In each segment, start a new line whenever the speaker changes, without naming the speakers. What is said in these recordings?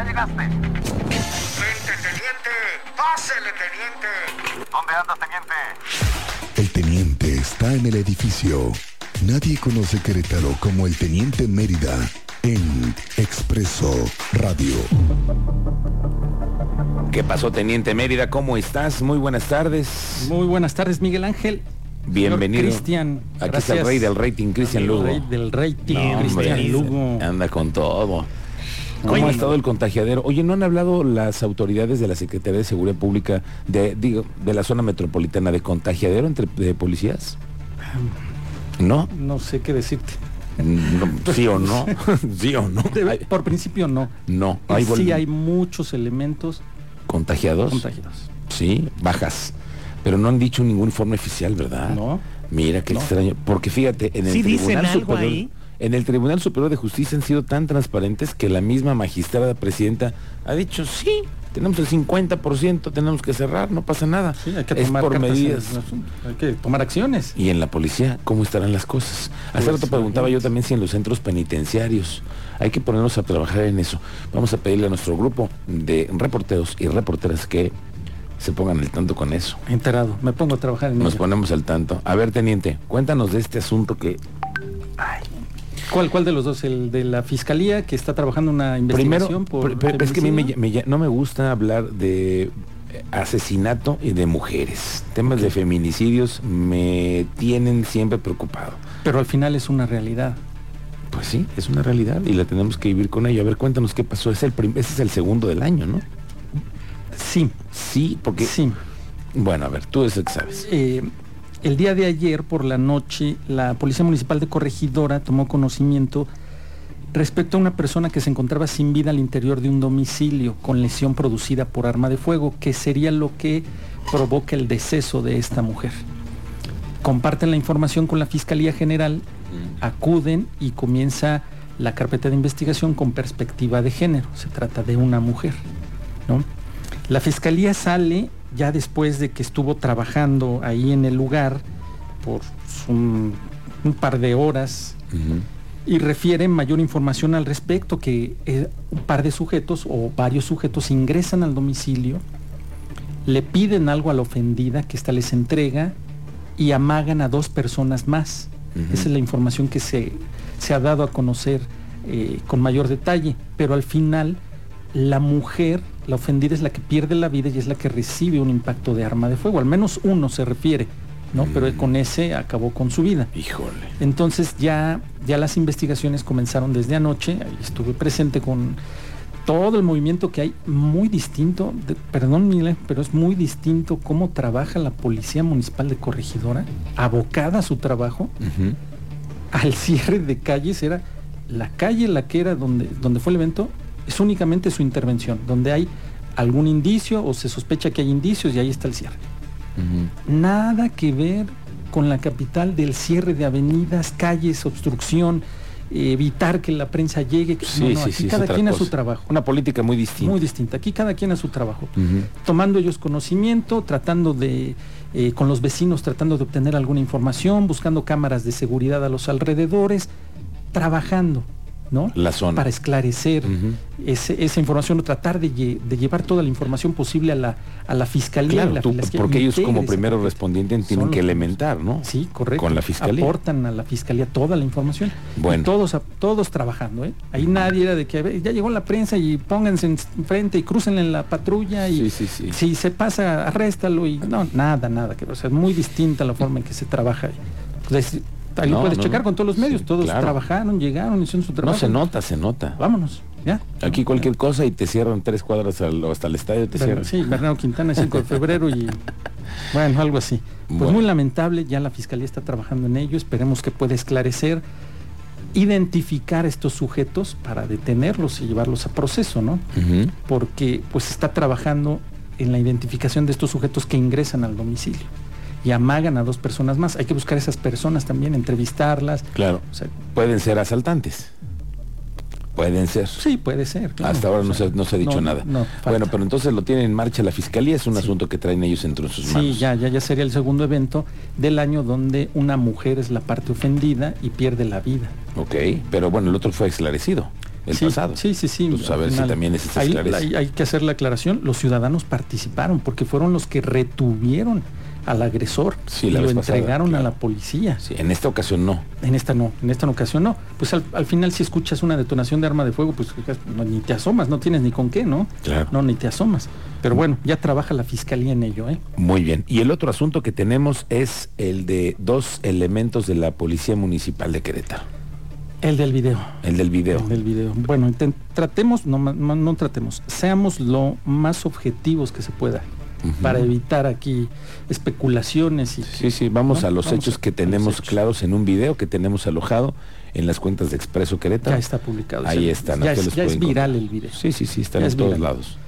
llegaste? Vente, teniente. Pásele, teniente. ¿Dónde andas, teniente?
El teniente está en el edificio. Nadie conoce Querétaro como el teniente Mérida en Expreso Radio.
¿Qué pasó, teniente Mérida? ¿Cómo estás? Muy buenas tardes.
Muy buenas tardes, Miguel Ángel.
Bienvenido.
Señor Cristian.
Aquí está el rey del rating, Cristian Lugo.
rey del rating,
No, hombre, Ah.
Cristian Lugo.
Anda con todo. ¿Cómo
Oye,
ha estado el contagiadero? Oye, ¿no han hablado las autoridades de la Secretaría de Seguridad Pública de, digo, de la zona metropolitana de contagiadero entre de policías? ¿No?
No sé qué decirte.
No, ¿Sí o no? ¿Sí o no?
Debe-
Ay,
por principio no.
no,
Y
hay vol-
sí hay muchos elementos
contagiados.
contagiados.
Sí, bajas. Pero no han dicho ningún informe oficial, ¿verdad?
No.
Mira, qué
No.
extraño. Porque fíjate, en el
Sí dicen
Tribunal
algo
Superior.
ahí.
En el Tribunal Superior de Justicia han sido tan transparentes que la misma magistrada presidenta ha dicho, sí, tenemos el 50%, tenemos que cerrar, no pasa nada.
Sí, hay que
es
tomar
por
cartas en
medidas.
el asunto. Hay que tomar acciones.
Y en la policía, ¿cómo estarán las cosas? Hace
Pues,
rato preguntaba yo
imagínate.
también si en los centros penitenciarios hay que ponernos a trabajar en eso. Vamos a pedirle a nuestro grupo de reporteros y reporteras que se pongan al tanto con eso.
Enterado. Me pongo a trabajar en
Nos
ello.
ponemos al tanto. A ver, teniente, cuéntanos de este asunto que
¿Cuál, ¿Cuál de los dos? ¿El de la fiscalía que está trabajando una
primero,
investigación por
pr- pr- es que a mí me
feminicidio?
ll- me ll- no me gusta hablar de eh, asesinato y de mujeres. Temas de feminicidios me tienen siempre preocupado.
Pero al final es una realidad.
Pues sí, es una realidad y la tenemos que vivir con ello. A ver, cuéntanos qué pasó. Es el prim- ese es el segundo del año, ¿no?
Sí,
Sí, porque...
sí.
Bueno, a ver, tú eso que sabes.
Eh, el día de ayer por la noche, la Policía Municipal de Corregidora tomó conocimiento respecto a una persona que se encontraba sin vida al interior de un domicilio con lesión producida por arma de fuego, que sería lo que provoca el deceso de esta mujer. Comparten la información con la Fiscalía General, acuden y comienza la carpeta de investigación con perspectiva de género. Se trata de una mujer. ¿no? La fiscalía sale ya después de que estuvo trabajando ahí en el lugar por un, un par de horas
Ujú.
y refiere mayor información al respecto que eh, un par de sujetos o varios sujetos ingresan al domicilio, le piden algo a la ofendida que ésta les entrega y amagan a dos personas más.
Ujú.
Esa es la información que se, se ha dado a conocer eh, con mayor detalle, pero al final la mujer, la ofendida es la que pierde la vida y es la que recibe un impacto de arma de fuego, al menos uno se refiere, ¿no? Pero
Mm.
con ese acabó con su vida.
Híjole.
Entonces ya, ya las investigaciones comenzaron desde anoche, ahí estuve presente con todo el movimiento que hay, muy distinto, de- perdón Mile, pero es muy distinto cómo trabaja la Policía Municipal de Corregidora, abocada a su trabajo,
Ujú.
al cierre de calles, era la calle la que era donde, donde fue el evento, es únicamente su intervención, donde hay algún indicio o se sospecha que hay indicios y ahí está el cierre
Ujú.
nada que ver con la capital del cierre de avenidas, calles, obstrucción, eh, evitar que la prensa llegue.
Sí,
No, no,
sí,
aquí
sí, es
cada
otra
quien a su
cosa.
trabajo.
Una política muy distinta.
Muy distinta. Aquí cada quien a su trabajo.
Ujú.
Tomando ellos conocimiento, tratando de, eh, con los vecinos, tratando de obtener alguna información, buscando cámaras de seguridad a los alrededores, trabajando, ¿no?
La zona.
Para esclarecer
Ujú.
ese- esa información o tratar de, lle- de llevar toda la información posible a la, a la fiscalía. y
Claro,
la
tú-
fiscalía
porque ellos
integre
como
esa
primero
carpeta.
respondientes
Son
tienen que
los-
elementar, ¿no?
Sí, correcto.
Con la fiscalía.
Aportan a la fiscalía toda la información.
Bueno.
Y todos, todos trabajando, ¿eh? Ahí nadie era de que a ver, ya llegó la prensa y pónganse en- enfrente y crucen en la patrulla
Sí,
y
sí, sí.
si se pasa, arréstalo y no, nada, nada. Que, o sea, es muy distinta la forma en que se trabaja. ahí. Entonces, ahí lo
No,
puedes
no,
checar
no.
con todos los medios.
Sí,
todos
claro.
trabajaron, llegaron, hicieron su
No
trabajo.
se nota, se nota.
Vámonos, ya.
Aquí cualquier cosa y te cierran tres cuadras al- o hasta el estadio te
Bern-
cierran.
Sí, Bernardo Quintana, 5 de febrero y bueno, algo así. Pues
Bueno.
muy lamentable, ya la fiscalía está trabajando en ello, esperemos que pueda esclarecer, identificar a estos sujetos para detenerlos y llevarlos a proceso, ¿no?
Ujú.
Porque pues está trabajando en la identificación de estos sujetos que ingresan al domicilio y amagan a dos personas más. Hay que buscar a esas personas también, entrevistarlas.
Claro.
O sea,
Pueden ser asaltantes. Pueden ser.
sí, puede ser. claro.
Hasta ahora
O
no
sea,
se, no se ha dicho nada.
no, falta.
bueno, pero entonces lo tienen en marcha la fiscalía, es un
Sí.
asunto que traen ellos entre sus
Sí,
manos.
ya, ya, ya sería el segundo evento del año donde una mujer es la parte ofendida y pierde la vida.
Ok, pero bueno, el otro fue esclarecido. el
sí,
pasado.
Sí, sí, sí.
Pues, a
al
ver si
final.
también es
Ahí hay, hay que hacer la aclaración, los ciudadanos participaron porque fueron los que retuvieron al agresor
Sí,
y
la
lo
vez pasada,
entregaron
claro.
a la policía.
Sí, en esta ocasión no.
En esta no, en esta ocasión no. Pues al, al final si escuchas una detonación de arma de fuego, pues no, ni te asomas, no tienes ni con qué, ¿no?
Claro. Mm.
No, ni te asomas. Pero bueno, ya trabaja la fiscalía en ello, ¿eh?
Muy bien. Y el otro asunto que tenemos es el de dos elementos de la Policía Municipal de Querétaro.
El del video.
El del video.
El del video. Bueno, inten- tratemos, no, ma- no, no tratemos, seamos lo más objetivos que se pueda
Ujú.
para evitar aquí especulaciones y
Sí, sí, vamos
¿No?
a los
Vamos
hechos
a-
que
a los
tenemos
hechos.
claros en un video que tenemos alojado en las cuentas de Expreso Querétaro.
ya está publicado.
Ahí
Ya-
están,
Ya,
aquí
es,
los
ya es
pueden
viral el video.
Sí, sí, sí, están
Ya
en
es
todos
viral.
lados.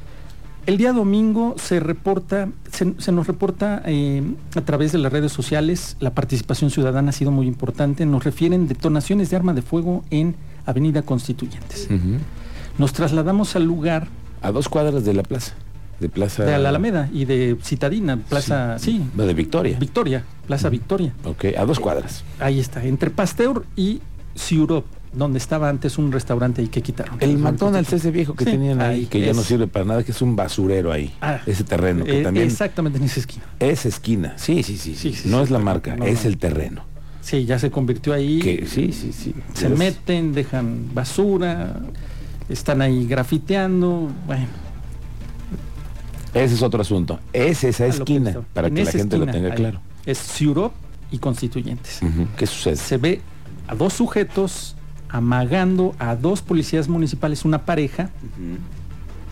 El día domingo se reporta, se, se nos reporta eh, a través de las redes sociales, la participación ciudadana ha sido muy importante. Nos refieren detonaciones de arma de fuego en Avenida Constituyentes.
Ujú.
Nos trasladamos al lugar
A dos cuadras de la plaza. De plaza.
de la Alameda y de Citadina, Plaza, sí,
No, de Victoria.
Victoria, Plaza Victoria.
ok, a dos cuadras.
Ahí está, entre Pasteur y Ciurop, donde estaba antes un restaurante y que quitaron.
El McDonald's ese viejo que
Sí,
tenían ahí,
ahí
que ya no
es.
sirve para nada, que es un basurero ahí.
Ah,
ese terreno, que
Eh,
también
Exactamente en esa esquina.
es esquina. Sí, sí, sí. sí.
Sí, sí,
no
sí,
es la
pero-
marca,
no,
es
no.
el terreno.
Sí, ya se convirtió ahí.
Que, sí, sí, sí.
se
Los-
meten, dejan basura, están ahí grafiteando, bueno,
Ese es otro asunto. Es esa
a Ah, lo
esquina,
está.
para
En
que la
esa
gente lo
esquina,
tenga
ahí,
claro.
Es Ciurop y Constituyentes.
Ujú, ¿Qué sucede?
Se ve a dos sujetos amagando a dos policías municipales, una pareja,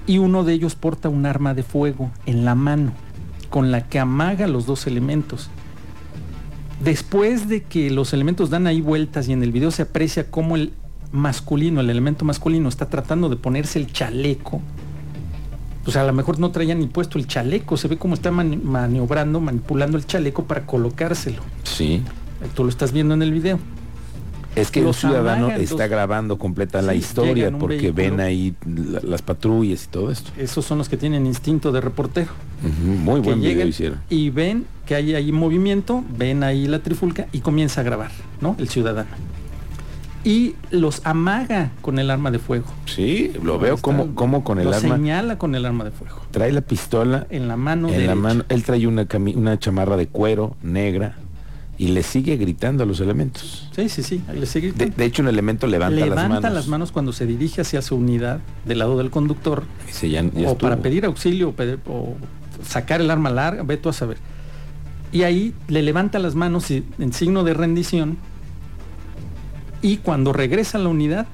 y uno de ellos porta un arma de fuego en la mano, con la que amaga los dos elementos. Después de que los elementos dan ahí vueltas y en el video se aprecia cómo el masculino, el elemento masculino, está tratando de ponerse el chaleco. O sea, a lo mejor no traía ni puesto el chaleco, se ve cómo está mani- maniobrando, manipulando el chaleco para colocárselo.
Sí.
Tú lo estás viendo en el video.
Es que un
Los
ciudadano
amagan,
está
los-
grabando completa la
Sí,
historia
llegan un
porque
vehículo.
ven ahí la- las patrullas y todo esto.
Esos son los que tienen instinto de reportero.
Ujú, Muy
que
buen video
llegan
hicieron.
y ven que hay ahí movimiento, ven ahí la trifulca y comienza a grabar, ¿no? El ciudadano. Y los amaga con el arma de fuego.
Sí, lo
Ahí
veo
está.
como, como con el
Lo
arma.
señala con el arma de fuego.
Trae la pistola
En la mano
en la
derecha.
mano. Él trae una, cami- una chamarra de cuero negra y le sigue gritando a los elementos.
Sí, sí, sí. ahí le sigue.
De, de hecho, un elemento levanta,
Levanta
las manos.
cuando se dirige hacia su unidad del lado del conductor
Dice, ya- ya
o
estuvo.
para pedir auxilio o, pedir- o sacar el arma larga, ve tú a saber. Y ahí le levanta las manos y- en signo de rendición y cuando regresa a la unidad,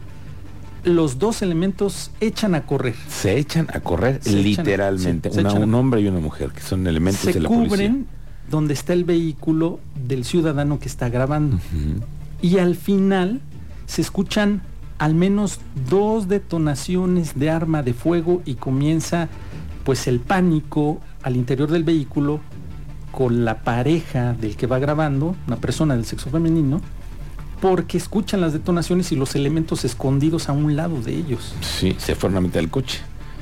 los dos elementos echan a correr.
Se echan a correr
Se echan-
literalmente.
sí, se
Una-
echan a-
un hombre y una mujer, que son elementos
Se
de la
cubren donde está el vehículo del ciudadano que está grabando.
policía. Ujú.
Y al final se escuchan al menos dos detonaciones de arma de fuego y comienza pues el pánico al interior del vehículo con la pareja del que va grabando, una persona del sexo femenino, porque escuchan las detonaciones y los elementos escondidos a un lado de ellos.
Sí, se fueron a mitad del coche.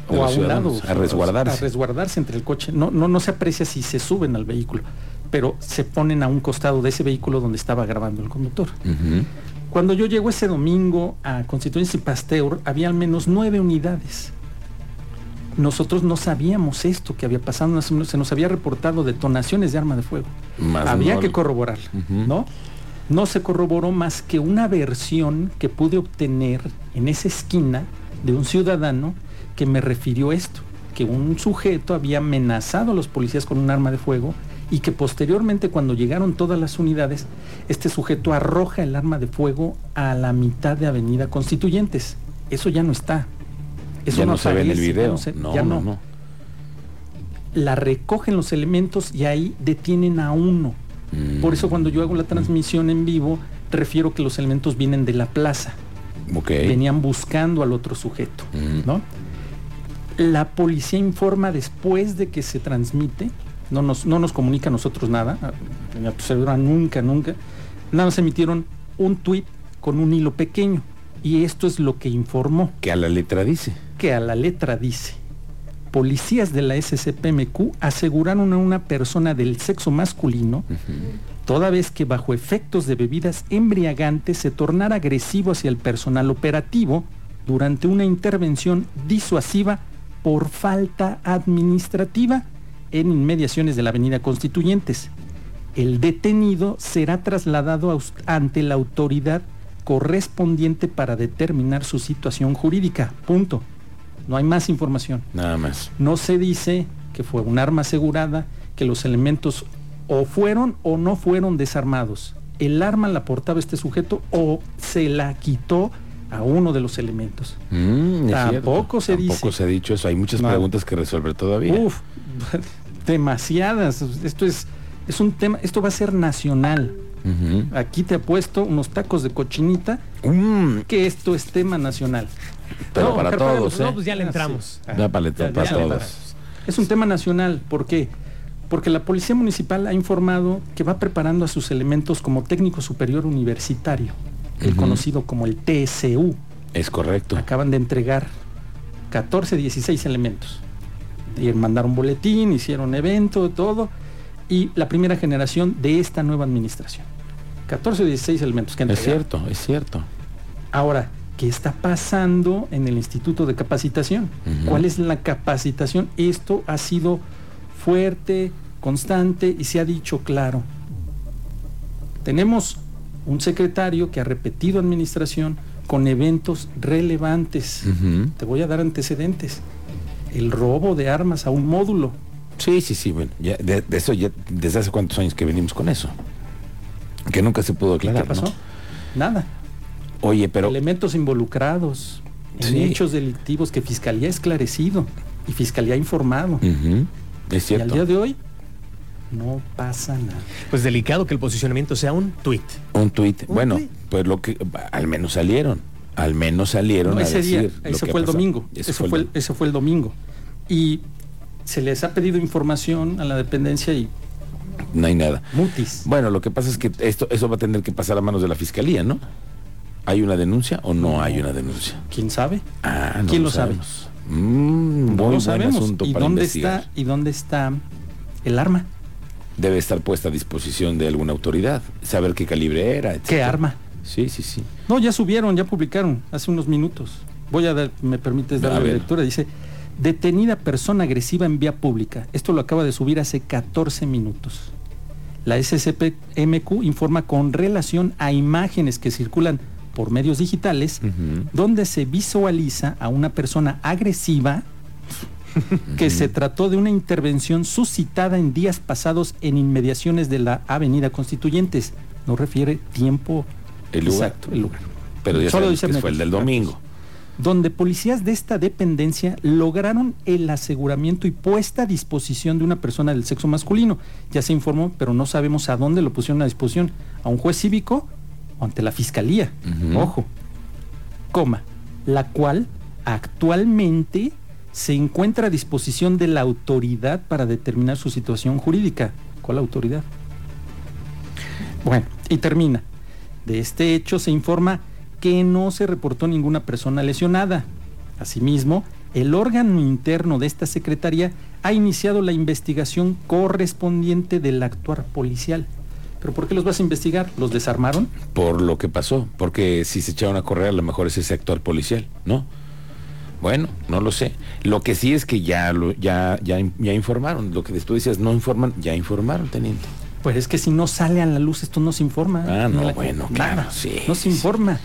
de
O
los
a un lado.
ciudadanos, A resguardarse.
A resguardarse entre el coche. No, no, no se aprecia si se suben al vehículo, pero se ponen a un costado de ese vehículo donde estaba grabando el conductor.
Ujú.
Cuando yo llego ese domingo a Constituyentes y Pasteur, había al menos nueve unidades. Nosotros no sabíamos esto que había pasado, no se se nos había reportado detonaciones de arma de fuego.
Más
había
no-
que corroborarla,
Ujú.
¿no? No se corroboró más que una versión que pude obtener en esa esquina de un ciudadano que me refirió esto, que un sujeto había amenazado a los policías con un arma de fuego y que posteriormente cuando llegaron todas las unidades, este sujeto arroja el arma de fuego a la mitad de Avenida Constituyentes. Eso ya no está. Eso
ya no, se ve en el
aparece, ya
video.
no se-
no,
ya
no,
no
no.
la recogen los elementos y ahí detienen a uno.
Mm.
Por eso cuando yo hago la transmisión en vivo, refiero que los elementos vienen de la plaza.
Ok.
Venían buscando al otro sujeto,
Mm.
¿no? La policía informa después de que se transmite, no nos, no nos comunica a nosotros nada, a- a tu servidora nunca, nunca. Nada más emitieron un tuit con un hilo pequeño. Y esto es lo que informó
Que a la letra dice.
que a la letra dice, policías de la SCPMQ aseguraron a una persona del sexo masculino, toda vez que bajo efectos de bebidas embriagantes se tornara agresivo hacia el personal operativo, durante una intervención disuasiva por falta administrativa en inmediaciones de la Avenida Constituyentes. El detenido será trasladado ante la autoridad correspondiente para determinar su situación jurídica. Punto. No hay más información.
Nada más.
No se dice que fue un arma asegurada, que los elementos o fueron o no fueron desarmados. El arma la portaba este sujeto o se la quitó a uno de los elementos.
Mm, es cierto.
Tampoco se dice.
Tampoco se ha dicho eso. Hay muchas
No.
preguntas que resolver todavía.
Uf, demasiadas. Esto es, es un tema, esto va a ser nacional.
Ujú.
Aquí te apuesto unos tacos de cochinita
Mm,
que esto es tema nacional.
pero
No,
para
pero
todos,
No,
¿eh?
pues ya le entramos.
Da paleta
Ya,
para
ya, ya,
todos.
Es un tema nacional, ¿por qué? Porque la Policía Municipal ha informado que va preparando a sus elementos como técnico superior universitario, el
Ujú.
conocido como el TSU.
Es correcto.
Acaban de entregar 14, 16 elementos. Y mandaron boletín, hicieron evento, todo. Y la primera generación de esta nueva administración. 14 o 16 elementos que
Es
entregaron.
cierto, es cierto.
Ahora, ¿qué está pasando en el Instituto de Capacitación?
Ujú.
¿Cuál es la capacitación? Esto ha sido fuerte, constante y se ha dicho claro. Tenemos un secretario que ha repetido administración con eventos relevantes.
Ujú.
Te voy a dar antecedentes. El robo de armas a un módulo.
Sí, sí, sí, bueno, ya, de, de eso ya, desde hace cuántos años que venimos con eso. Que nunca se pudo
¿Y
aclarar.
¿Qué pasó?
¿no?
Nada.
Oye, pero
elementos involucrados en
Sí.
hechos delictivos que Fiscalía ha esclarecido y Fiscalía ha informado.
Ujú, es
Y al día
cierto.
de hoy no pasa nada.
Pues delicado que el posicionamiento sea un tweet.
Un tuit.
Un
Bueno,
tuit.
pues lo que al menos salieron. Al menos salieron
No,
a
ese día,
decir lo
ese
que
fue el
pasó.
domingo.
Eso
Ese fue el,
dom-
ese fue el domingo. Y se les ha pedido información a la dependencia y
No hay nada.
mutis.
Bueno, lo que pasa es que esto eso va a tener que pasar a manos de la fiscalía, ¿no? ¿Hay una denuncia o no,
No.
hay una denuncia?
¿Quién sabe?
Ah,
¿Quién lo sabe?
sabemos. Mm, muy
no lo
buen
sabemos.
asunto
¿Y
para
dónde
investigar.
está y dónde está el arma?
Debe estar puesta a disposición de alguna autoridad, saber qué calibre era, etc.
¿Qué arma?
Sí, sí, sí.
No, ya subieron, ya publicaron hace unos minutos. Voy a dar, me permites
A
darle
ver.
lectura. Dice, detenida persona agresiva en vía pública. Esto lo acaba de subir hace 14 minutos. La SCP-MQ informa con relación a imágenes que circulan por medios digitales
Ujú.
donde se visualiza a una persona agresiva que se trató de una intervención suscitada en días pasados en inmediaciones de la Avenida Constituyentes. No refiere tiempo
El lugar.
exacto, el lugar.
Pero ya
Solo
sabemos
dice
que fue el del domingo.
donde policías de esta dependencia lograron el aseguramiento y puesta a disposición de una persona del sexo masculino. Ya se informó, pero no sabemos a dónde lo pusieron a disposición, a un juez cívico o ante la fiscalía.
Ujú.
Ojo. Coma, la cual actualmente se encuentra a disposición de la autoridad para determinar su situación jurídica. ¿Cuál autoridad? Bueno, y termina. De este hecho se informa que no se reportó ninguna persona lesionada. Asimismo, el órgano interno de esta Secretaría ha iniciado la investigación correspondiente del actuar policial. ¿Pero por qué los vas a investigar? ¿Los desarmaron?
Por lo que pasó, porque si se echaron a correr, a lo mejor es ese actor policial, ¿no? Bueno, no lo sé. Lo que sí es que ya lo, ya, ya, ya informaron. Lo que tú decías, no informan, ya informaron, teniente.
Pues es que si no sale a la luz esto no se informa.
Ah, no,
Ni la-
bueno,
nada,
claro, sí,
No se
sí.
informa.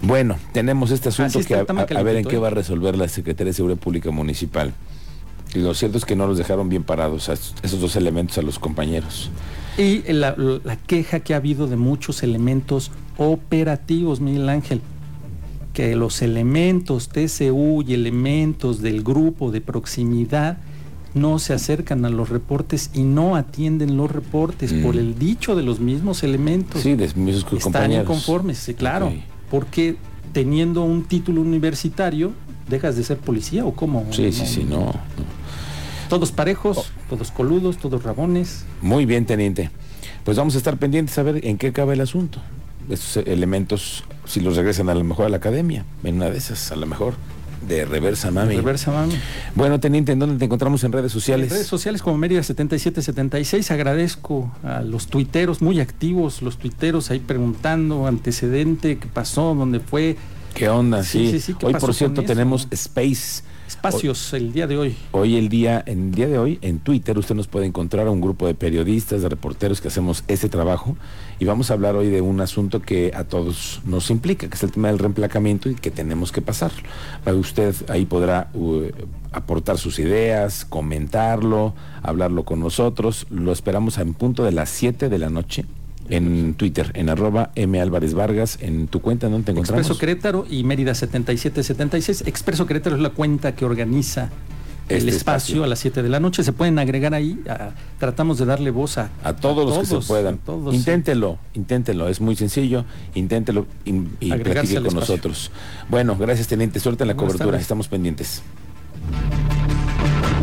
Bueno, tenemos este asunto
Así está
que a,
el
a-
tema
a ver en
calentito,
qué
¿eh?
va a resolver la Secretaría de Seguridad Pública Municipal. Y lo cierto es que no los dejaron bien parados a estos- esos dos elementos a los compañeros.
Y la, la queja que ha habido de muchos elementos operativos, Miguel Ángel, que los elementos TCU y elementos del grupo de proximidad no se acercan a los reportes y no atienden los reportes
Mm.
por el dicho de los mismos elementos.
Sí, de mis
Pues, Están
compañeros.
inconformes, sí, claro.
Ok.
Porque teniendo un título universitario, ¿dejas de ser policía o cómo?
Sí, sí,
No,
sí, no. Oh. no.
Todos parejos, todos coludos, todos rabones.
Muy bien, teniente. Pues vamos a estar pendientes a ver en qué acaba el asunto. Estos elementos, si los regresan a lo mejor a la academia, en una de esas, a lo mejor, de reversa, mami.
Reversa, mami.
Bueno, teniente, ¿en dónde te encontramos en redes
En
sociales?
redes sociales como Mérida7776, agradezco a los tuiteros muy activos, los tuiteros ahí preguntando antecedente, qué pasó, dónde fue,
¿Qué onda?
Sí,
Sí,
sí, sí, ¿qué
Hoy,
pasó
por cierto,
con eso?
tenemos Space.
Espacios el día de hoy.
Hoy el día, en el día de hoy, en Twitter, usted nos puede encontrar a un grupo de periodistas, de reporteros que hacemos ese trabajo. Y vamos a hablar hoy de un asunto que a todos nos implica, que es el tema del reemplacamiento y que tenemos que pasar. Usted ahí podrá uh, aportar sus ideas, comentarlo, hablarlo con nosotros. Lo esperamos en punto de las 7 de la noche en Twitter, en arroba M Álvarez Vargas, en tu cuenta, ¿dónde te encontramos?
Expreso Querétaro y Mérida 7776. Expreso Querétaro es la cuenta que organiza el
Este
espacio,
espacio.
a las 7 de la noche. Se pueden agregar ahí. a- tratamos de darle voz a,
A todos los que
todos,
se puedan.
a todos,
inténtelo, inténtelo, es muy sencillo. Inténtelo y, y
Agregarse
platique
al
con
espacio.
nosotros. Bueno, gracias, teniente. Suerte en la
Buenas
cobertura,
tardes.
estamos pendientes.
sí.